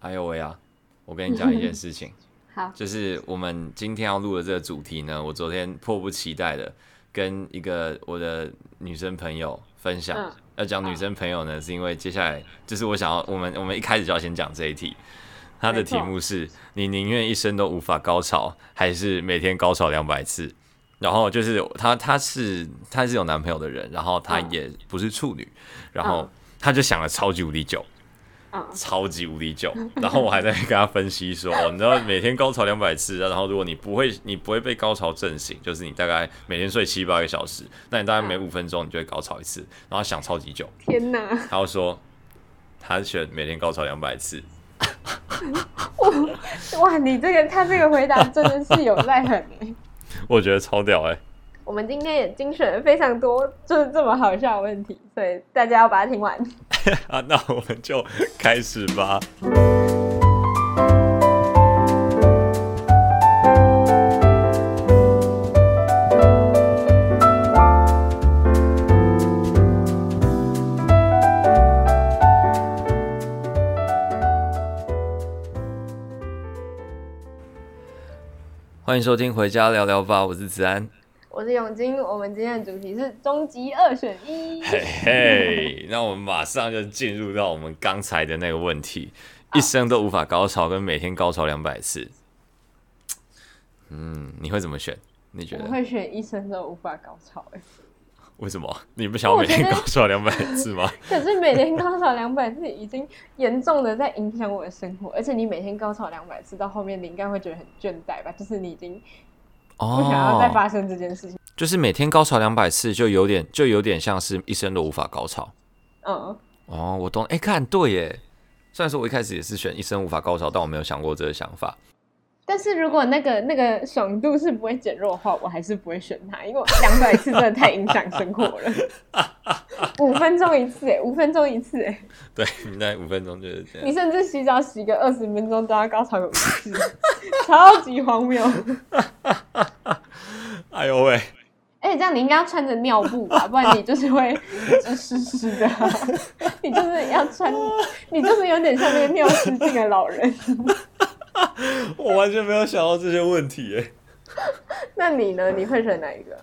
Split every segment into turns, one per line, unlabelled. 哎呦喂啊！我跟你讲一件事 情，
好，
就是我们今天要录的这个主题呢，我昨天迫不及待的跟一个我的女生朋友分享。
嗯
要讲女生朋友呢，是因为接下来就是我想要，我们我们一开始就要先讲这一题。它的
没错
题目是：你宁愿一生都无法高潮，还是每天高潮两百次？然后就是她，她是她是有男朋友的人，然后她
嗯
也不是处女，然后
嗯
她就想了超级无敌久，
嗯，
超级无敌久。然后我还在跟他分析说，哦，你知道每天高潮两百次，然后如果你不会，你不会被高潮震醒，就是你大概每天睡七八个小时，那你大概每五分钟你就会高潮一次。然后他想超级久，
天哪，
他就说他选每天高潮两百次，
哇，你这个他这个回答真的是有在很欸
我觉得超屌哎、
我们今天也精选了非常多，就是这么好笑的问题，所以大家要把它听完。
啊，那我们就开始吧。欢迎收听《回家聊聊吧》，我是子安。
我是永金，我们今天的主题是终极二选一。
嘿嘿，那我们马上就进入到我们刚才的那个问题，一生都无法高潮，跟每天高潮两百次。嗯，你会怎么选？你觉
我
得
会选一生都无法高潮哎、
为什么？你不想要每天高潮两百次 吗？
可是每天高潮两百次已经严重的在影响我的生活，而且你每天高潮两百次，到后面你应该会觉得很倦怠吧？就是你已经不想要再
哦，
发生这件事情。
就是每天高潮两百次，就有点就有点像是一生都无法高潮。
嗯，
哦，我懂。哎、看对耶。虽然说我一开始也是选一生无法高潮，但我没有想过这个想法。
但是如果那个那个爽度是不会减弱的话，我还是不会选它，因为两百次真的太影响生活了。五分钟一次、欸，五分钟一次、欸，
对，你那五分钟就是这样
你。甚至洗澡洗个二十分钟都要高潮个五次， 超级荒谬。
哎呦喂！
而且哎这样你应该要穿着尿布吧，不然你就是会湿湿湿的啊、你就是要穿，你就是有点像那个尿失禁的老人。
我完全没有想到这些问题耶。
那你呢？你会选哪一个？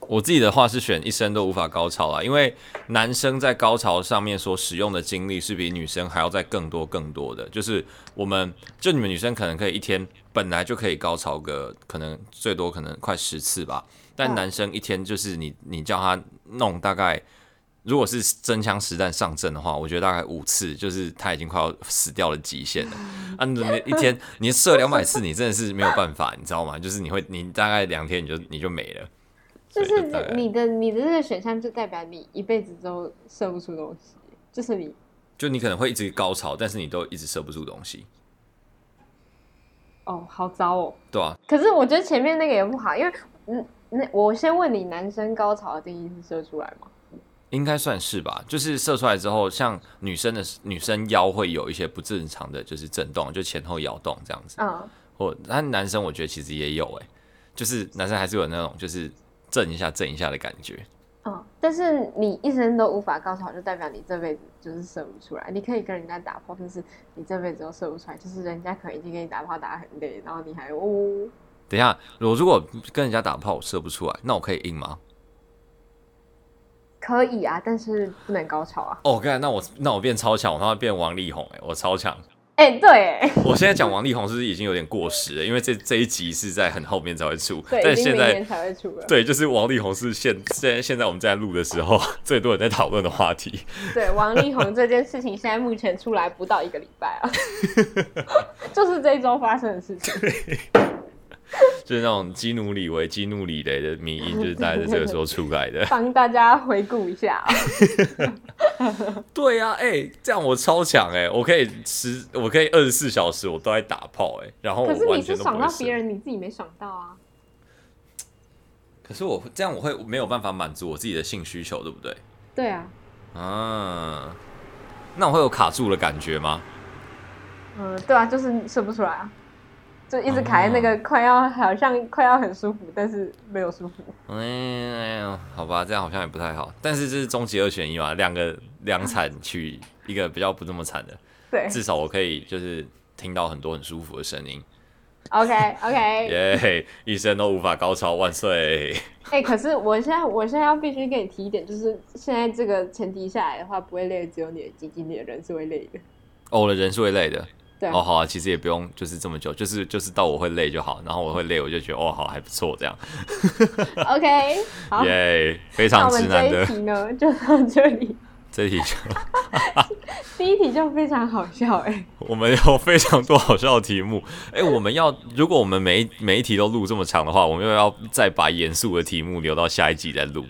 我自己的话是选一生都无法高潮啦，因为男生在高潮上面所使用的精力是比女生还要再更多更多的。就是我们就你们女生可能可以一天本来就可以高潮个可能最多可能快十次吧，但
嗯
男生一天就是你你叫他弄大概。如果是真枪实弹上阵的话，我觉得大概五次就是他已经快要死掉的极限了。啊，你一天你射两百次，你真的是没有办法，你知道吗？就是你会，你大概两天你就你就没了。
就是
对大概
你的你的这个选项，就代表你一辈子都射不出东西，就是你
就你可能会一直高潮，但是你都一直射不出东西，
哦，好糟哦。
对啊，
可是我觉得前面那个也不好，因为嗯，那我先问你，男生高潮的定义是射出来吗？
应该算是吧。就是射出来之后，像女生的女生腰会有一些不正常的，就是震动，就前后摇动这样子。
嗯，
或但男生我觉得其实也有诶、就是男生还是有那种就是震一下震一下的感觉。
嗯，但是你一生都无法高潮，就代表你这辈子就是射不出来。你可以跟人家打炮，但是你这辈子都射不出来，就是人家可能已经跟你打炮打得很累，然后你还呜、哦，
等一下，我如果跟人家打炮我射不出来，那我可以硬吗？
可以啊，但是不能高潮啊。
哦，干，那我那我变超强，我他妈变王力宏诶、欸我超强。
哎、对欸，
我现在讲王力宏是不是已经有点过时了？因为这这一集是在很后面才会出，
对，
但
已经
现
明
在
年才会出了。
对，就是王力宏是现现在现在我们在录的时候 最多人在讨论的话题。
对，王力宏这件事情现在目前出来不到一个礼拜 啊，就是这一周发生的事情。。
就是那种基努里维、基努里雷的迷音，就是大概在这个时候出来的
帮大家回顾一下、啊，
对呀、啊，哎、这样我超强哎、我可以十，我可以二十四小时我都在打炮哎、然后我
可是
完
你
全
是
都不
爽
会
到
射
别人，你自己没爽到啊。
可是我这样我会没有办法满足我自己的性需求，对不对？
对啊，
嗯，那我会有卡住的感觉吗？
嗯，对啊，就是射不出来啊，就一直卡在那
啊
个快要好像快要很舒服，但是没有舒服。
嗯，好吧，这样好像也不太好。但是这是终极二选一嘛，两个两惨去一个比较不这么惨的。
对
至少我可以就是听到很多很舒服的声音。
，OK OK，
耶、一生都无法高潮，万岁！
哎、可是我现在我现在要必须跟你提一点，就是现在这个前提下来的话，不会累的只有你的鸡鸡，你的人是会累的。
哦，我的人是会累的。
对啊，
哦，好啊，其实也不用就是这么久，就是就是到我会累就好，然后我会累，我就觉得哦，好还不错这样。
OK，好，
耶、非
那
常
我
直
们
男
这一
的
题呢就到这里。
这一题就，
第一题就非常好笑哎、
我们有非常多好笑的题目。哎、我们要如果我们每一每一题都录这么长的话，我们又要再把严肃的题目留到下一集再录。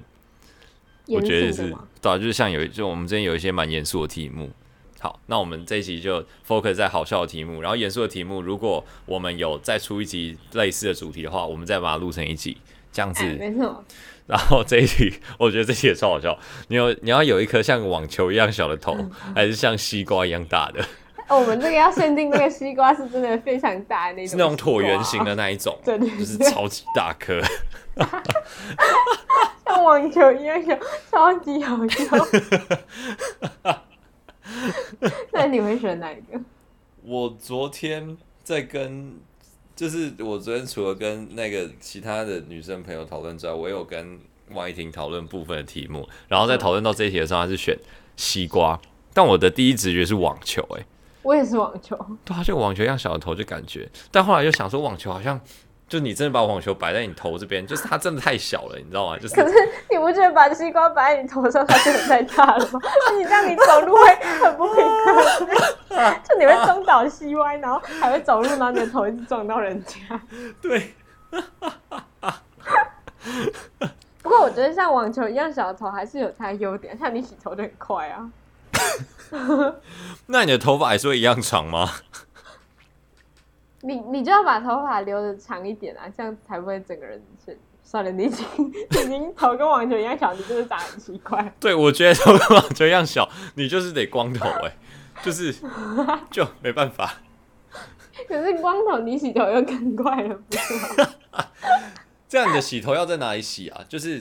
我
严
觉得
肃的
是
嘛，
对、啊，就是像有就我们之前有一些蛮严肃的题目。好，那我们这一集就 focus 在好笑的题目，然后严肃的题目，如果我们有再出一集类似的主题的话，我们再把它录成一集，这样子。
哎没错，
然后这一题，我觉得这题也超好笑。你有你要有一颗像网球一样小的头，
嗯
还是像西瓜一样大的？
哦我们这个要限定那个西瓜是真的非常大的那种，
是那种椭圆形，的那一种，
对对对
就是超级大颗。
像网球一样小，超级好笑。 那你会选哪一个？
我昨天在跟，就是我昨天除了跟那个其他的女生朋友讨论之外，我也有跟王一婷讨论部分的题目，然后在讨论到这一题的时候，她是选西瓜，但我的第一直觉是网球、欸，哎，
我也是网球，
对啊，就网球一样小的头就感觉，但后来又想说网球好像。就你真的把网球摆在你头这边，就是它真的太小了，你知道吗？就是
可是你不觉得把西瓜摆在你头上，它就很太大了吗？ 那你这样你走路会很不平衡， 就你会东倒西歪，然后还会走路，然后你的头一直撞到人家。
对，
不过我觉得像网球一样小的头还是有它的优点，像你洗头就很快啊。
那你的头发还是会一样长吗？
你你就要把头发留的长一点啊，这样才不会整个人是。算了，你已经 你已经头跟网球一样小，你真的长得很奇怪。
对，我觉得头跟网球一样小，你就是得光头哎、就是就没办法。
可是光头你洗头又更快了，不是吗？
这样你的洗头要在哪里洗啊？就是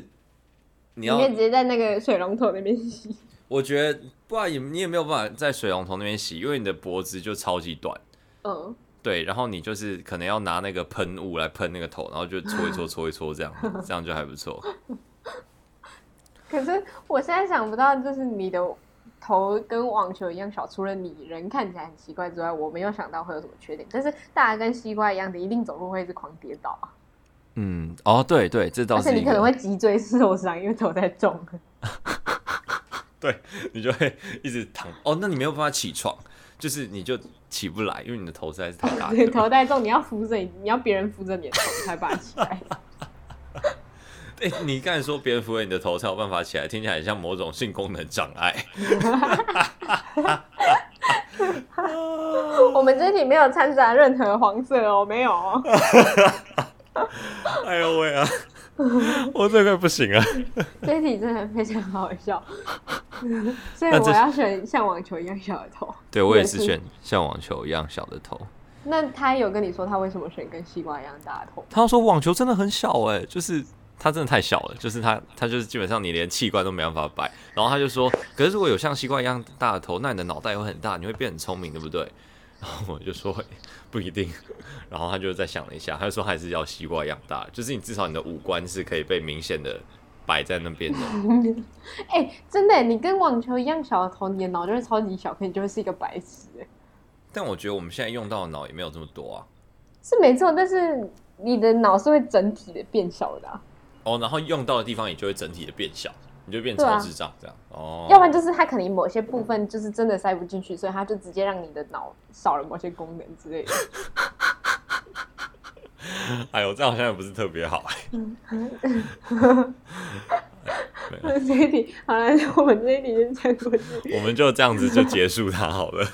你
你
要
可，以直接在那个水龙头那边洗。
我觉得不然也你也没有办法在水龙头那边洗，因为你的脖子就超级短。
嗯，
对，然后你就是可能要拿那个喷雾来喷那个头，然后就搓一 搓搓一搓这样，这样就还不错。
可是我现在想不到，就是你的头跟网球一样小，除了你人看起来很奇怪之外，我没有想到会有什么缺点。但是大家跟西瓜一样，你一定走路会一直狂跌倒啊。
嗯，哦，对对，这倒
而且
是
你
一
可能
个
会，脊椎受伤，因为头在重。
对你就会一直躺。哦，那你没有办法起床，就是你就起不来，因为你的头实在是太大
你
了。
头在重，你要扶着你，你要别人扶着你的头才拔起 来。
哎、你刚才说别人扶着你的头才有办法起来，听起来很像某种性功能障碍。
我们这题没有掺杂任何黄色哦，没有、哦。
哎呦喂啊！我这个不行啊！
这题真的非常好笑，所以
那这
我要选像网球一样小的头。
对我也是选像网球一样小的头。
那他有跟你说他为什么选跟西瓜一样大的头？
他说网球真的很小哎、就是它真的太小了，就是它它就是基本上你连器官都没办法摆。然后他就说，可是如果有像西瓜一样大的头，那你的脑袋会很大，你会变很聪明，对不对？ 然后我就说欸不一定。然后他就再想了一下，他就说还是要西瓜一样大，就是你至少你的五官是可以被明显的摆在那边的。
哎、真的耶，你跟网球一样小的头，你的脑就会超级小，可你就会是一个白痴耶。
但我觉得我们现在用到的脑也没有这么多啊。
是没错，但是你的脑是会整体的变小的啊、
哦，然后用到的地方也就会整体的变小，你就变
对
超
啊
智障这样。哦，
要不然就是它可能某些部分就是真的塞不进去，所以它就直接让你的脑少了某些功能之类的。
哎呦，这样好像也不是特别好。
这一题好了，我们这一题先讲过去。
我们就这样子就结束它好了，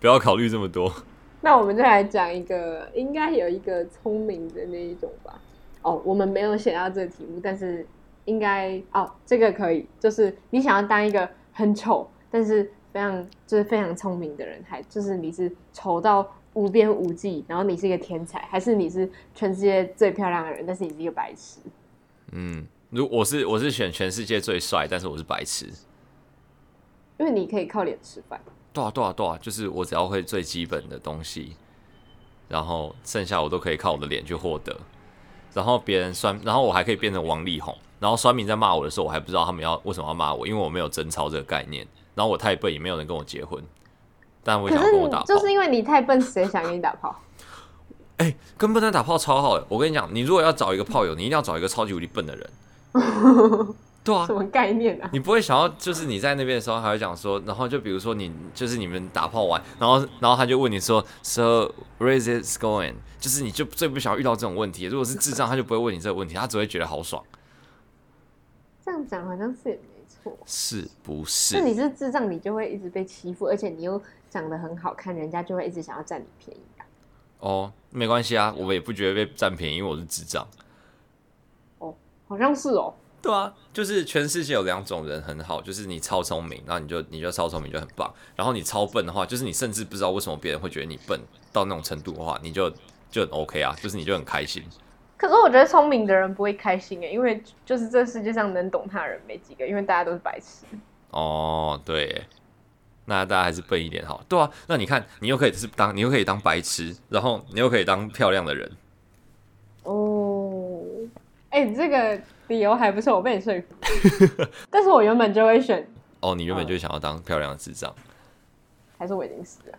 不要考虑这么多。
那我们就来讲一个，应该有一个聪明的那一种吧。哦，我们没有写到这个题目，但是应该哦，这个可以，就是你想要当一个很丑，但是非常就是非常聪明的人，还就是你是丑到无边无际，然后你是一个天才，还是你是全世界最漂亮的人，但是你是一个白痴？
嗯，如我是我是选全世界最帅，但是我是白痴。
因为你可以靠脸吃饭。
多少多少多少，啊就是我只要会最基本的东西，然后剩下我都可以靠我的脸去获得。然后别人酸，然后我还可以变成王力宏。然后酸民在骂我的时候，我还不知道他们要为什么要骂我，因为我没有贞操这个概念。然后我太笨，也没有人跟我结婚。但我
可
想
是
跟我
你
打炮，
就是因为你太笨，谁想跟你打炮？
哎、跟笨蛋打炮超好的。我跟你讲，你如果要找一个炮友，你一定要找一个超级无敌笨的 人。对啊
什，么概念啊？
你不会想要，就是你在那边的时候还会讲说，然后就比如说你就是你们打炮完，然后然后他就问你说，So where is it going？就是你就最不想要遇到这种问题。如果是智障，他就不会问你这个问题，他只会觉得好爽，
这样讲好像是也没错。
是不
那
是？
你是智障，你就会一直被欺负，而且你又长得很好看，人家就会一直想要占你便宜啊。
哦，没关系啊，我也不觉得被占便宜，因为我是智障。
哦，好像是哦。
对啊，就是全世界有两种人很好，就是你超聪明，然后你就你就超聪明就很棒，然后你超笨的话，就是你甚至不知道为什么别人会觉得你笨到那种程度的话，你就就很 OK 啊，就是你就很开心。
可是我觉得聪明的人不会开心欸诶，因为就是这世界上能懂他的人没几个，因为大家都是白痴。
哦，对耶，那大家还是笨一点好。对啊，那你看，你又可以是当，你又可以当白痴，然后你又可以当漂亮的人。
哦，哎、这个理由还不错，我被你说服。 但是我原本就会选，
哦，你原本就想要当漂亮的智 障，
还是我已经死了。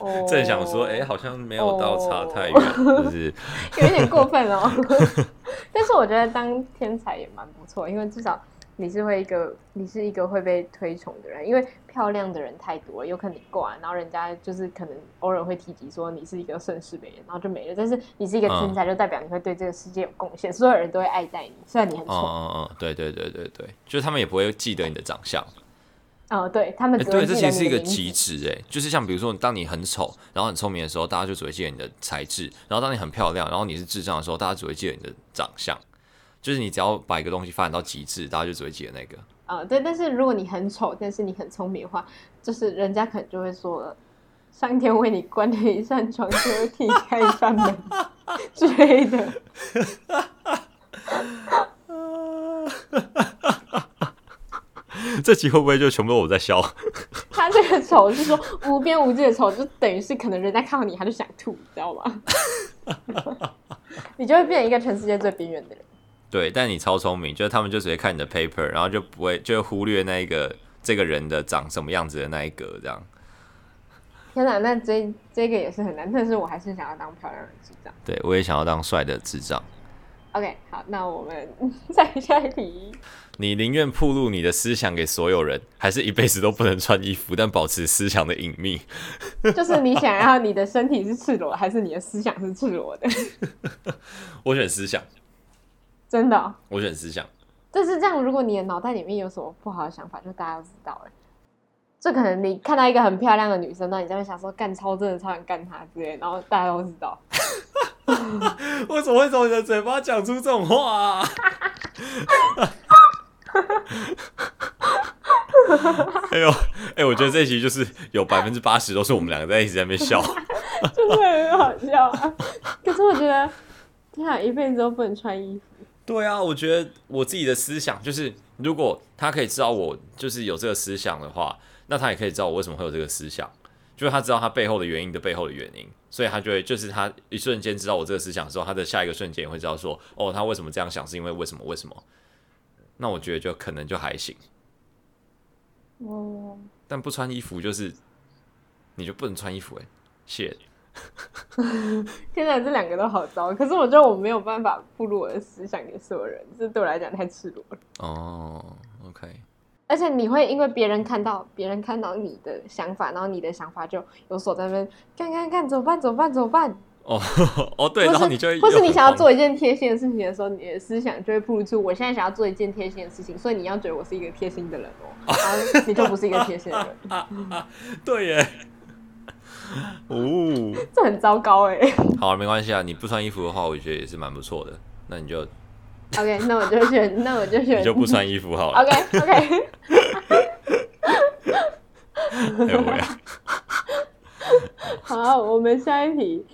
我正想说，哎、好像没有到差太远，就是
有一点过分哦。但是我觉得当天才也蛮不错，因为至少你是会一个，你是一个会被推崇的人。因为漂亮的人太多了，有可能你挂，然后人家就是可能偶尔会提及说你是一个盛世美人，然后就没了。但是你是一个天
嗯
才，就代表你会对这个世界有贡献，所有人都会爱戴你。虽然你很
嗯
丑，
嗯嗯，对对对对对，就是他们也不会记得你的长相。
哦、对他们
哎、
只会
对，
记
这其实
得你
是一
的
个
名字
极致哎、就是像比如说，当你很丑，然后很聪明的时候，大家就只会记得你的才智；然后当你很漂亮，然后你是智障的时候，大家只会记得你的长相。就是你只要把一个东西发展到极致，大家就只会记得那个。
啊、对，但是如果你很丑，但是你很聪明的话，就是人家可能就会说，上天为你关了一扇窗，就会替你开一扇门之类的。
这集会不会就全部都我在笑？
他这个丑是说无边无际的丑，就等于是可能人家看到你，他就想吐，你知道吗？ 你就会变成一个全世界最边缘的人。
对，但你超聪明，就是他们就直接看你的 paper，然后就不会就会忽略那一个这个人的长什么样子的那一格，这样
天哪，那这这个也是很难，但是我还是想要当漂亮人智障。
对我也想要当帅的智障。
OK，好，那我们 再下一题。
你宁愿暴露你的思想给所有人，还是一辈子都不能穿衣服，但保持思想的隐秘？
就是你想要你的身体是赤裸的，还是你的思想是赤裸的？
我选思想，
真的哦、
我选思想。
但是这样，如果你的脑袋里面有什么不好的想法，就大家都知道了。就可能你看到一个很漂亮的女生，那你在那边想说干超真的超想干她之类，然后大家都知道。
为什么会从你的嘴巴讲出这种话、啊？哎呦，哎，我觉得这一集就是有百分之八十都是我们两个在一直在那边笑。
就是很好笑啊。可是我觉得，天啊，一辈子都不能穿衣服。
对啊，我觉得我自己的思想就是，如果他可以知道我就是有这个思想的话，那他也可以知道我为什么会有这个思想，就是他知道他背后的原因的背后的原因，所以他就会就是他一瞬间知道我这个思想之后，他的下一个瞬间也会知道说，哦，他为什么这样想，是因为为什么为什么？那我觉得就可能就还行，
哦，
但不穿衣服就是你就不能穿衣服哎、谢
天哪，这两个都好糟。可是我觉得我没有办法暴露我的思想给所有人，这对我来讲太赤裸了。
哦，OK，
而且你会因为别人看到别人看到你的想法，然后你的想法就有所在那边看看看怎么办怎么办怎么办，
哦哦对，
或
然
是
后你就会
或是
又
你
很
想要
慌
做一件贴心的事情的时候，你的思想就会暴露出我现在想要做一件贴心的事情，所以你要觉得我是一个贴心的人哦， 然后你就不是一个贴心的人，
对耶， 哦。
这很糟糕哎、
好、没关系啊。你不穿衣服的话，我觉得也是蛮不错的。那你就
OK，那我就选，那我就选。
你就不穿衣服 好了。
OK OK，
哎呦喂啊
好，我们下一题。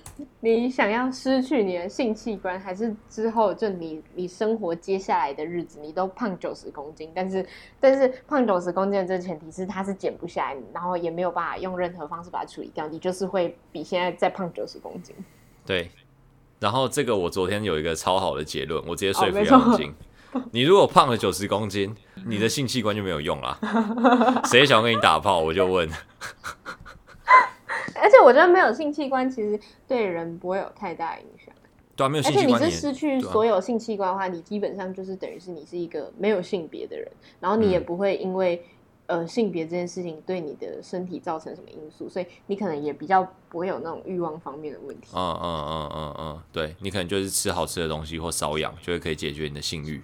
你想要失去你的性器官，还是之后就你你生活接下来的日子，你都胖九十公斤，但是但是胖九十公斤的这个前提是它是减不下来，然后也没有办法用任何方式把它处理掉，你就是会比现在再胖九十公斤。
对，然后这个我昨天有一个超好的结论，我直接说
哦
服
没
杨
错
金。你如果胖了九十公斤，你的性器官就没有用 啦。谁想跟你打炮，我就问。
而且我觉得没有性器官其实对人不会有太大影响，
对啊，没有
而
性
且
器
你
官
是
你
失去
对啊
所有性器官的话，你基本上就是等于是你是一个没有性别的人，然后你也
嗯
不会因为、呃性别这件事情对你的身体造成什么因素，所以你可能也比较不会有那种欲望方面的问题。
嗯嗯嗯嗯嗯，对你可能就是吃好吃的东西或瘙痒，就会可以解决你的性欲。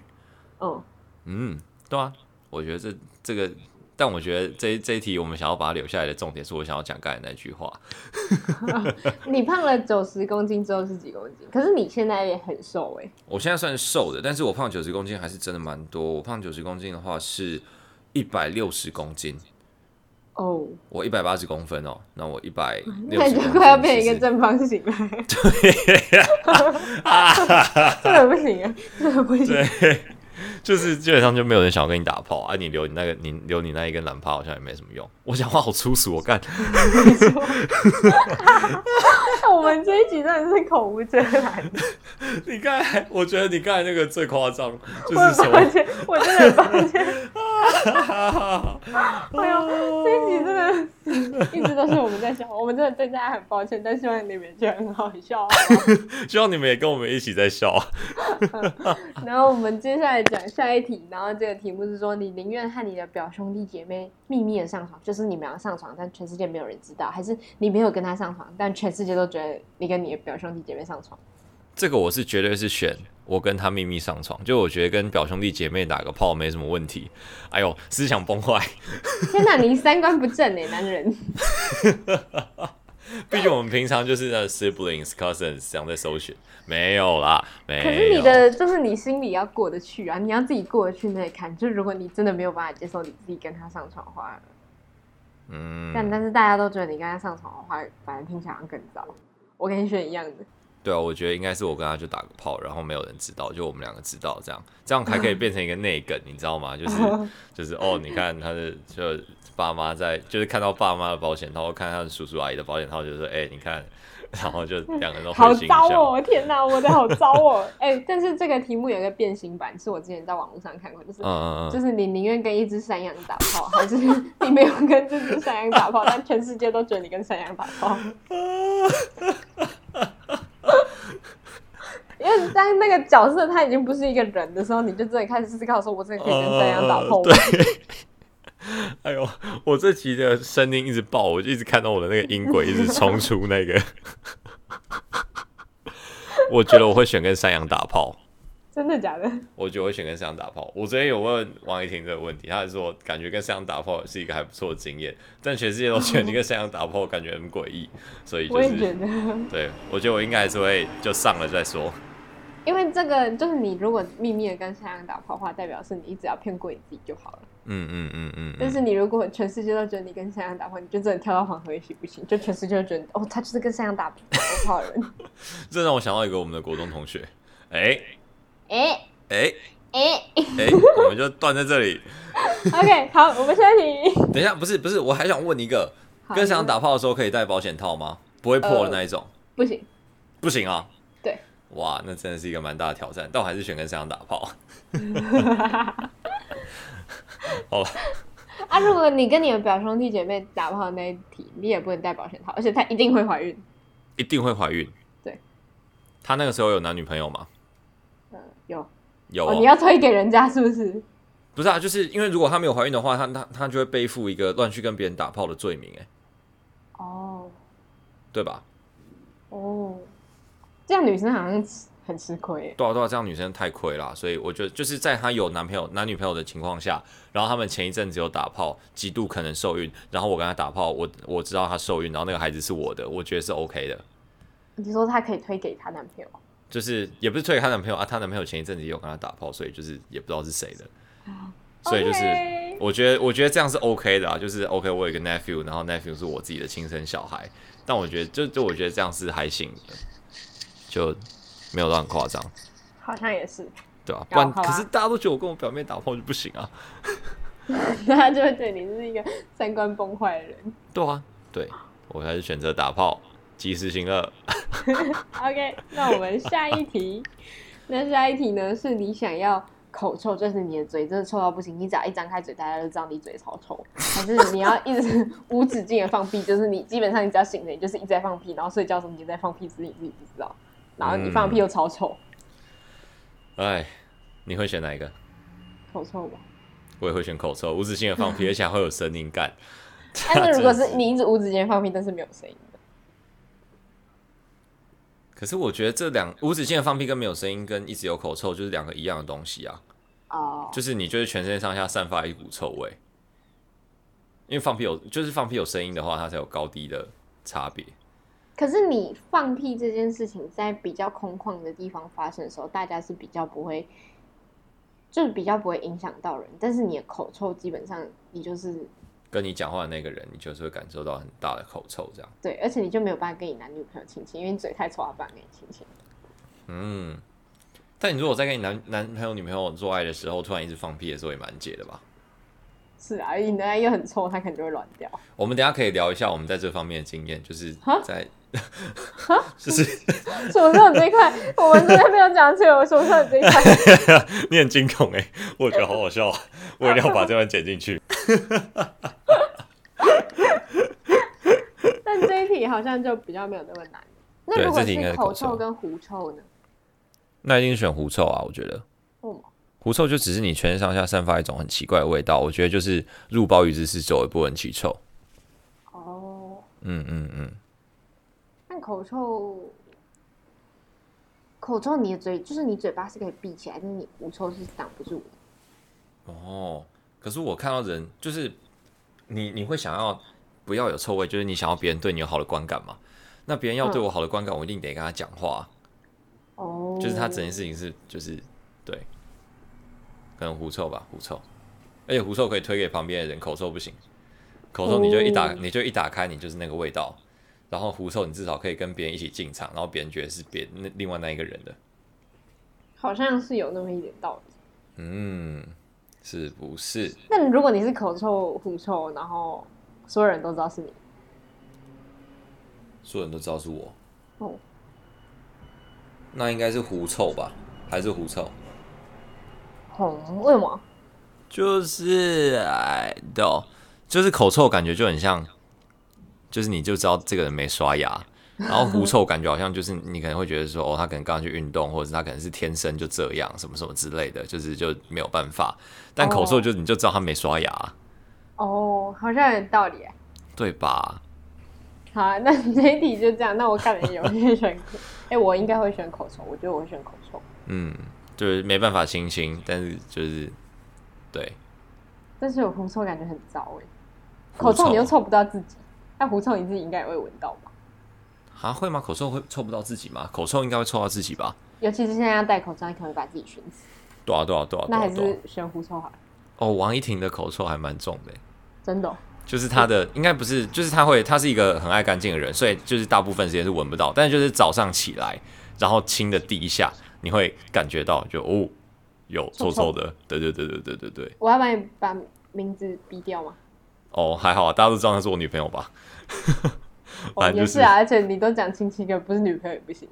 嗯，
嗯，对啊，我觉得这这个，但我觉得这这一题我们想要把它留下来的重点是我想要讲刚才那句话。
嗯你胖了九十公斤之后是几公斤？可是你现在也很瘦哎、
我现在算瘦的，但是我胖九十公斤还是真的蛮多。我胖九十公斤的话是一百六十公斤，
哦，
我一百八十公分哦，那我一百六
那
十公
你就
分
快要变一
其
个
实
正方 形了。这个不行啊，这个不行。
就是基本上就没有人想要跟你打炮啊！你留你那个，你留你那一根蓝炮好像也没什么用。我讲话好粗俗，我干。
我们这一集真的是口无遮拦，
你刚才，我觉得你刚才那个最夸张，就
我
是什
抱
么？
歉，我真的抱歉。
哎
哎呦，这一集真的是 一直都是我们在笑，我们真的对大家很抱歉，但希望你们觉得很好笑。
希望你们也跟我们一起在笑。
然后我们接下来讲下一题，然后这个题目是说，你宁愿和你的表兄弟姐妹秘密的上床，就是你们要上床，但全世界没有人知道，还是你没有跟他上床，但全世界都觉得你跟你的表兄弟姐妹上床？
这个我是绝对是选我跟他秘密上床，就我觉得跟表兄弟姐妹打个炮没什么问题。哎呦，思想崩坏，
天哪，你三观不正哎、男人！
毕竟我们平常就是那 siblings cousins 这样在搜寻，没有啦，没有。
可是你的就是你心里要过得去啊，你要自己过得去那一坎。就是如果你真的没有办法接受你自己跟他上床的话，但
嗯，
但是大家都觉得你跟他上床的话，反而听起来好像更糟。我跟你选一样的，
对啊，我觉得应该是我跟他就打个炮，然后没有人知道，就我们两个知道这样，这样还可以变成一个内梗，你知道吗？ 就是就是哦，你看他的就爸妈在，就是看到爸妈的保险套，看他的叔叔阿姨的保险套，就说哎、你看，然后就两个人都
好
会心一
糟
笑。
哦！天哪，我的好糟哦！哎、但是这个题目有一个变形版，是我之前在网络上看过，就是、
嗯嗯
就
嗯，
是你宁愿跟一只山羊打炮，还是你没有跟这只山羊打炮，但全世界都觉得你跟山羊打炮？ 因为当那个角色他已经不是一个人的时候，你就真的开始思考说，我真的可以跟山羊打炮吗？
呃 哎呦，我这期的声音一直爆，我就一直看到我的那个音轨一直冲出那个。 我觉得我会选跟山羊打炮，
真的假的？
我觉得我会选跟山羊打炮。我昨天有问王一婷这个问题，她是说感觉跟山羊打炮是一个还不错的经验，但全世界都觉得你跟山羊打炮，感觉很诡异，所以就
我也觉
是
得。
对，我觉得我应该还是会就上了再说。
因为这个就是你如果秘密的跟山羊打炮的话，代表是你只要骗过你自己就好了。
嗯嗯嗯嗯，
但
嗯
是你如果全世界都觉得你跟山羊打炮，你就真的跳到黄河一起不行，就全世界都觉得哦，他就是跟山羊打炮的人。
这让我想到一个我们的国中同学，哎
哎
哎
哎
哎，我们就断在这里。
，OK，好，我们下一题。
等一下，不是不是，我还想问一个，
好
跟想打炮的时候可以戴保险套吗？不会破的那一种，
不行，
不行啊。
呃对，
哇，那真的是一个蛮大的挑战，但我还是选跟想打炮。好了，
啊，如果你跟你的表兄弟姐妹打炮的那一题，你也不能戴保险套，而且他一定会怀孕。
一定会怀孕。
对，
他那个时候有男女朋友吗？
嗯，有
有、
哦，你要推给人家是不是？
不是啊，就是因为如果他没有怀孕的话，他他他就会背负一个乱去跟别人打炮的罪名、哎，
哦
对吧？
哦，这样女生好像很吃亏耶。
对啊，对啊，这样女生太亏啦，所以我觉得就是在她有男朋友、男女朋友的情况下，然后他们前一阵子有打炮，极度可能受孕，然后我跟她打炮，我我知道她受孕，然后那个孩子是我的，我觉得是 OK 的，
你说她可以推给她男朋友？
就是也不是推给她男朋友啊，她男朋友前一阵子也有跟她打炮，所以就是也不知道是谁的，所以就是
OK
我觉得我觉得这样是 OK 的啊，就是 OK，我有一个 nephew，然后 nephew 是我自己的亲生小孩，但我觉得就就我觉得这样是还行的，就没有到很夸张，
好像也是，
对吧、不
好
然、
好啊
可是大家都觉得我跟我表妹打炮就不行啊，
他就会对你是一个三观崩坏的人。
对啊，对我还是选择打炮，及时行乐。
OK，那我们下 一题。那下一题呢？是你想要口臭，就是你的嘴真的臭到不行，你只要一张开嘴，大家就知道你嘴超臭。还是你要一直无止境的放屁，就是你基本上你只要醒着，你就是一直在放屁，然后睡觉的时候你就在放屁，只是你自己不知道。然后你放屁又超臭，
哎，你会选哪一个？
口臭吧？
我也会选口臭，无止境的 放屁，而且还会有声音感。
但 是如果
真
是你一直无止境地放屁，但是没有声音的，
可是我觉得这两无止境的放屁跟没有声音跟一直有口臭就是两个一样的东西啊，
哦、
就是你就是全身上下散发一股臭味，因为放屁有就是放屁有声音的话，它才有高低的差别。
可是你放屁这件事情，在比较空旷的地方发生的时候，大家是比较不会，就是比较不会影响到人。但是你的口臭，基本上你就是
跟你讲话的那个人，你就是会感受到很大的口臭这样。
对，而且你就没有办法跟你男女朋友亲亲，因为你嘴太臭，他不敢跟你亲亲。
嗯，但你如果在跟你男男朋友、女朋友做爱的时候，突然一直放屁的时候，也蛮解的吧？
是啊，而且你的又很臭，他可能就会乱掉。
我们等一下可以聊一下我们在这方面的经验，就是
哈
在，就是
手上这一块，我们真的没有讲起来，我手上这一块。
你很惊恐哎、我觉得好好笑啊，我一定要把这段剪进去。
但这一题好像就比较没有那么难。那
对
如果
这题应该
是
是
口
口
臭
臭
跟狐臭呢？哦
那一定选狐臭啊，我觉得
为什么
狐臭就只是你全身上下散发一种很奇怪的味道，我觉得就是入鲍鱼之肆周而不闻其臭。
哦，
嗯嗯嗯，
但口臭，口臭你的嘴就是你嘴巴是可以闭起来，但是你狐臭是挡不住的。
哦，可是我看到人就是你，你会想要不要有臭味，就是你想要别人对你有好的观感嘛？那别人要对我好的观感，我一定得跟他讲话啊，
哦
就是他整件事情是就是对，可能狐臭吧，狐臭，而且狐臭可以推给旁边的人，口臭不行，口臭你就一打、
哦
你就一打开你就是那个味道，然后狐臭你至少可以跟别人一起进场，然后别人觉得是别那另外那一个人的，
好像是有那么一点道理。
嗯，是不是？
但如果你是口臭、狐臭，然后所有人都知道是你，
所有人都知道是我，
哦，
那应该是狐臭吧，还是狐臭？
红为什么？
就是哎，对哦，就是口臭，感觉就很像，就是你就知道这个人没刷 牙，然后狐臭感觉好像就是你可能会觉得说，哦，他可能刚刚去运动，或者是他可能是天生就这样，什么什么之类的，就是就没有办法。但口
哦
臭就你就知道他没刷牙，
哦，好像有点道理欸。
对吧？
好啊，那 这一题就这样。那我看了有些选，哎、我应该会选口臭，我觉得我会选口臭。
嗯，就是没办法亲亲，但是就是对
但是有狐臭感觉很糟哎、口
狐
臭你又臭不到自己，但狐臭你自己应该也会闻到吧？
啊，会吗？口臭会臭不到自己吗？口臭应该会臭到自己吧？
尤其是现在要戴口罩，你可能会把自己熏死。
对啊，对啊，对啊，对
那
啊
还
对啊
是。选狐臭好了，
哦，王一婷的口臭还蛮重的欸。
真的哦、
就是他的应该不是，就是他会，他是一个很爱干净的人，所以就是大部分时间是闻不到，但是就是早上起来，然后亲的第一下，你会感觉到就哦，有臭
臭臭
臭的，对对对对对对对，
我要把你把名字逼掉吗？
哦还好啊，大家都知道她是我女朋友吧？
哦，
反正
也
就是
是啊，而且你都讲亲戚哥，不是女朋友也 不行。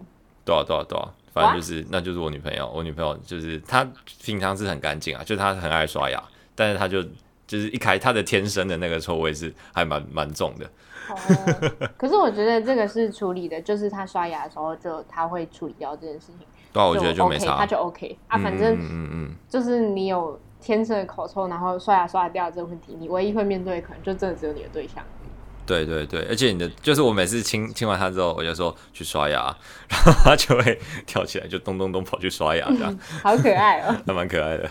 对啊对啊对啊，反正就是那就是我女朋友，我女朋友就是她平常是很干净啊，就是她很爱刷牙，但是她就就是一开她的天生的那个臭味是还蛮蛮重的，
哦，可是我觉得这个是处理的，就是他刷牙的时候就他会处理掉这件事情，
对啊，我觉得就没
OK，
差
他就 OK 啊，
嗯嗯
反正
嗯嗯嗯
就是你有天生的口臭，然后刷牙刷得掉这个问题，你唯一会面对的可能就真的只有你的对象。
对对对，而且你的就是我每次亲亲完他之后，我就说去刷牙， 然后他就会跳起来，就咚咚咚跑去刷牙，这样
好可爱哦！
还蛮可爱的。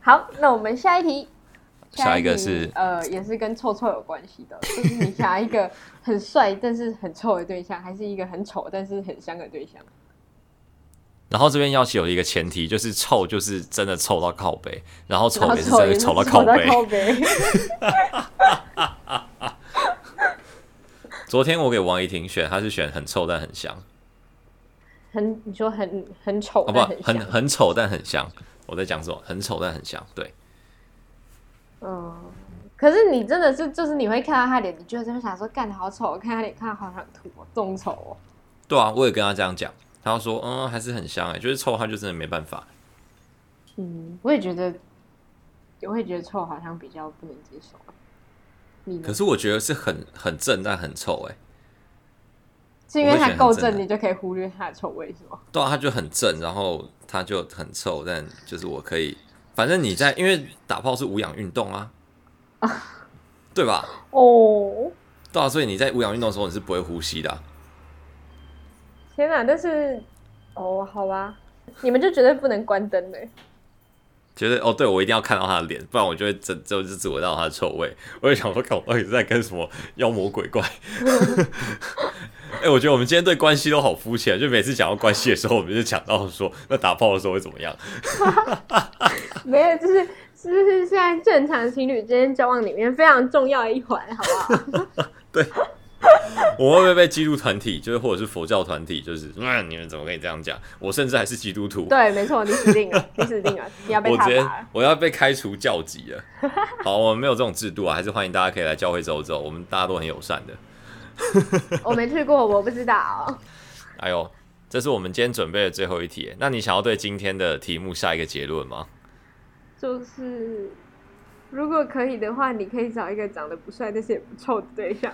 好，那我们下一题。
下一个
题
是
呃，也是跟臭臭有关系的， 就是你想要一个很帅但是很臭的对象，还是一个很丑但是很香的 对象？
然后这边要求一个前提，就是臭就是真的臭到靠背，然后
然
丑
后
也是
臭
真的
也是
丑到
臭到
靠背。
靠背。
昨天我给王怡婷选，她是选很臭但很香，
很你说很很丑，
好不
但
好？
很
很
香
很丑但很香。我在讲什么？很丑但很香。对，
嗯。可是你真的是，就是你会看到他脸，你就真的想说，干好丑，看他脸，看好想吐哦，这种丑哦。
对啊，我也跟他这样讲，他就说嗯还是很香哎、就是臭他就真的没办法。
嗯，我也觉得，我也觉得臭好像比较不能接受。你呢
可是我觉得是很很正但很臭哎、
是因为
我会
他
选
够
很正啊
正，
的
你就可以忽略他的臭味，是吗？
对啊，他就很正，然后他就很臭，但就是我可以，反正你在因为打炮是无氧运动啊， 对吧？
哦，
对啊，所以你在无氧运动的时候你是不会呼吸的啊、
天哪！但是，哦，好吧，你们就绝对不能关灯的。
觉得哦，对我一定要看到他的脸，不然我就会真就是只闻到他的臭味。我就想说，看我到底是在跟什么妖魔鬼怪？ 哎、我觉得我们今天对关系都好肤浅，就每次讲到关系的时候，我们就讲到说，那打炮的时候会怎么样？
没有，就是就是现在正常情侣之间交往里面非常重要的一环，好 不好？
我会不会被基督团体，就是或者是佛教团体，就是那、你们怎么可以这样讲？我甚至还是基督徒，
对，没错，你死定了，你死定了，你要被
我
踏
直接
伐了。
我要被开除教籍 了。好，我们没有这种制度啊，还是欢迎大家可以来教会走走，我们大家都很友善的。
我没去过，我不知道。
哎呦，这是我们今天准备的最后一题。那你想要对今天的题目下一个结论吗？
就是如果可以的话，你可以找一个长得不帅但是也不臭的 对象。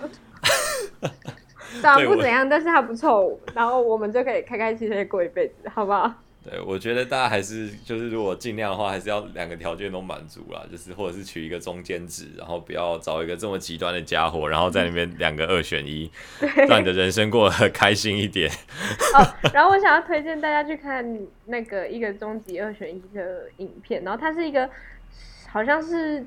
长得
对
不
我
怎样，但是他不臭，然后我们就可以开开心心的过一辈子，好不好？
对，我觉得大家还是就是，如果尽量的话，还是要两个条件都满足啦，就是或者是取一个中间值，然后不要找一个这么极端的家伙，然后在那边两个二选 一，让你的人生过得开心一点。
哦，然后我想要推荐大家去看那个一个终极二选一的影片，然后它是一个好像是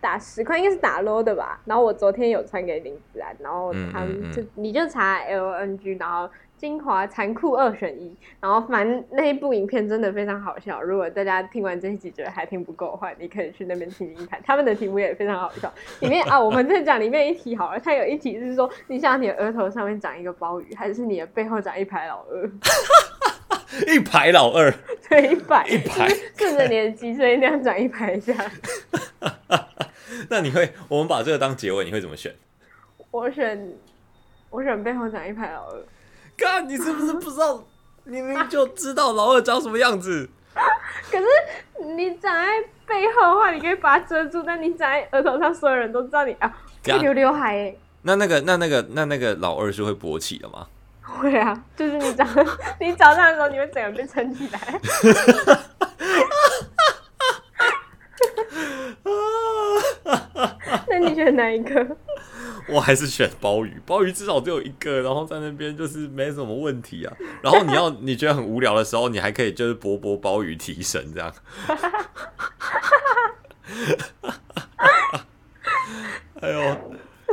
打十块，应该是打 low 的吧。然后我昨天有传给林子安，然后
嗯
他
嗯
们
嗯
就、你就查 LNG，然后精华残酷二选一，然后反正那一部影片真的非常好笑。如果大家听完这一集觉得还听不够的话，你可以去那边听听看，他们的题目也非常好笑。里面啊，我们再讲里面一题好了，它有一题是说，你想你的额头上面长一个鲍鱼，还是你的背后长一排老鹅？
一排老二，
对，一百
一排
就是顺着你的脊椎那样转一排一下。
那你会，我们把这个当结尾，你会怎么选？
我选，我选背后长一排老二。
看你是不是不知道？明明就知道老二长什么样 子。
可是你长在背后的话，你可以把它遮住，但你长在额头上，所有人都知道你啊，
对啊
会留刘海耶。
那那个那那个那那个老二是会勃起的吗？
会啊，就是你长， 你早上的时候，你会整个被撑起来。
啊
那你选哪一个？
我还是选鲍鱼，鲍鱼至少只有一个，然后在那边就是没什么问题啊。然后你要你觉得很无聊的时候，你还可以就是播播鲍鱼提神这样。 哎呦，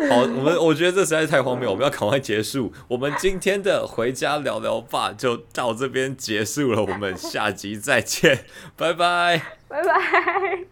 好，我们我觉得这实在是太荒谬，我们要赶快结束。我们今天的回家聊聊吧就到这边结束了，我们下集再见，拜拜。
拜拜。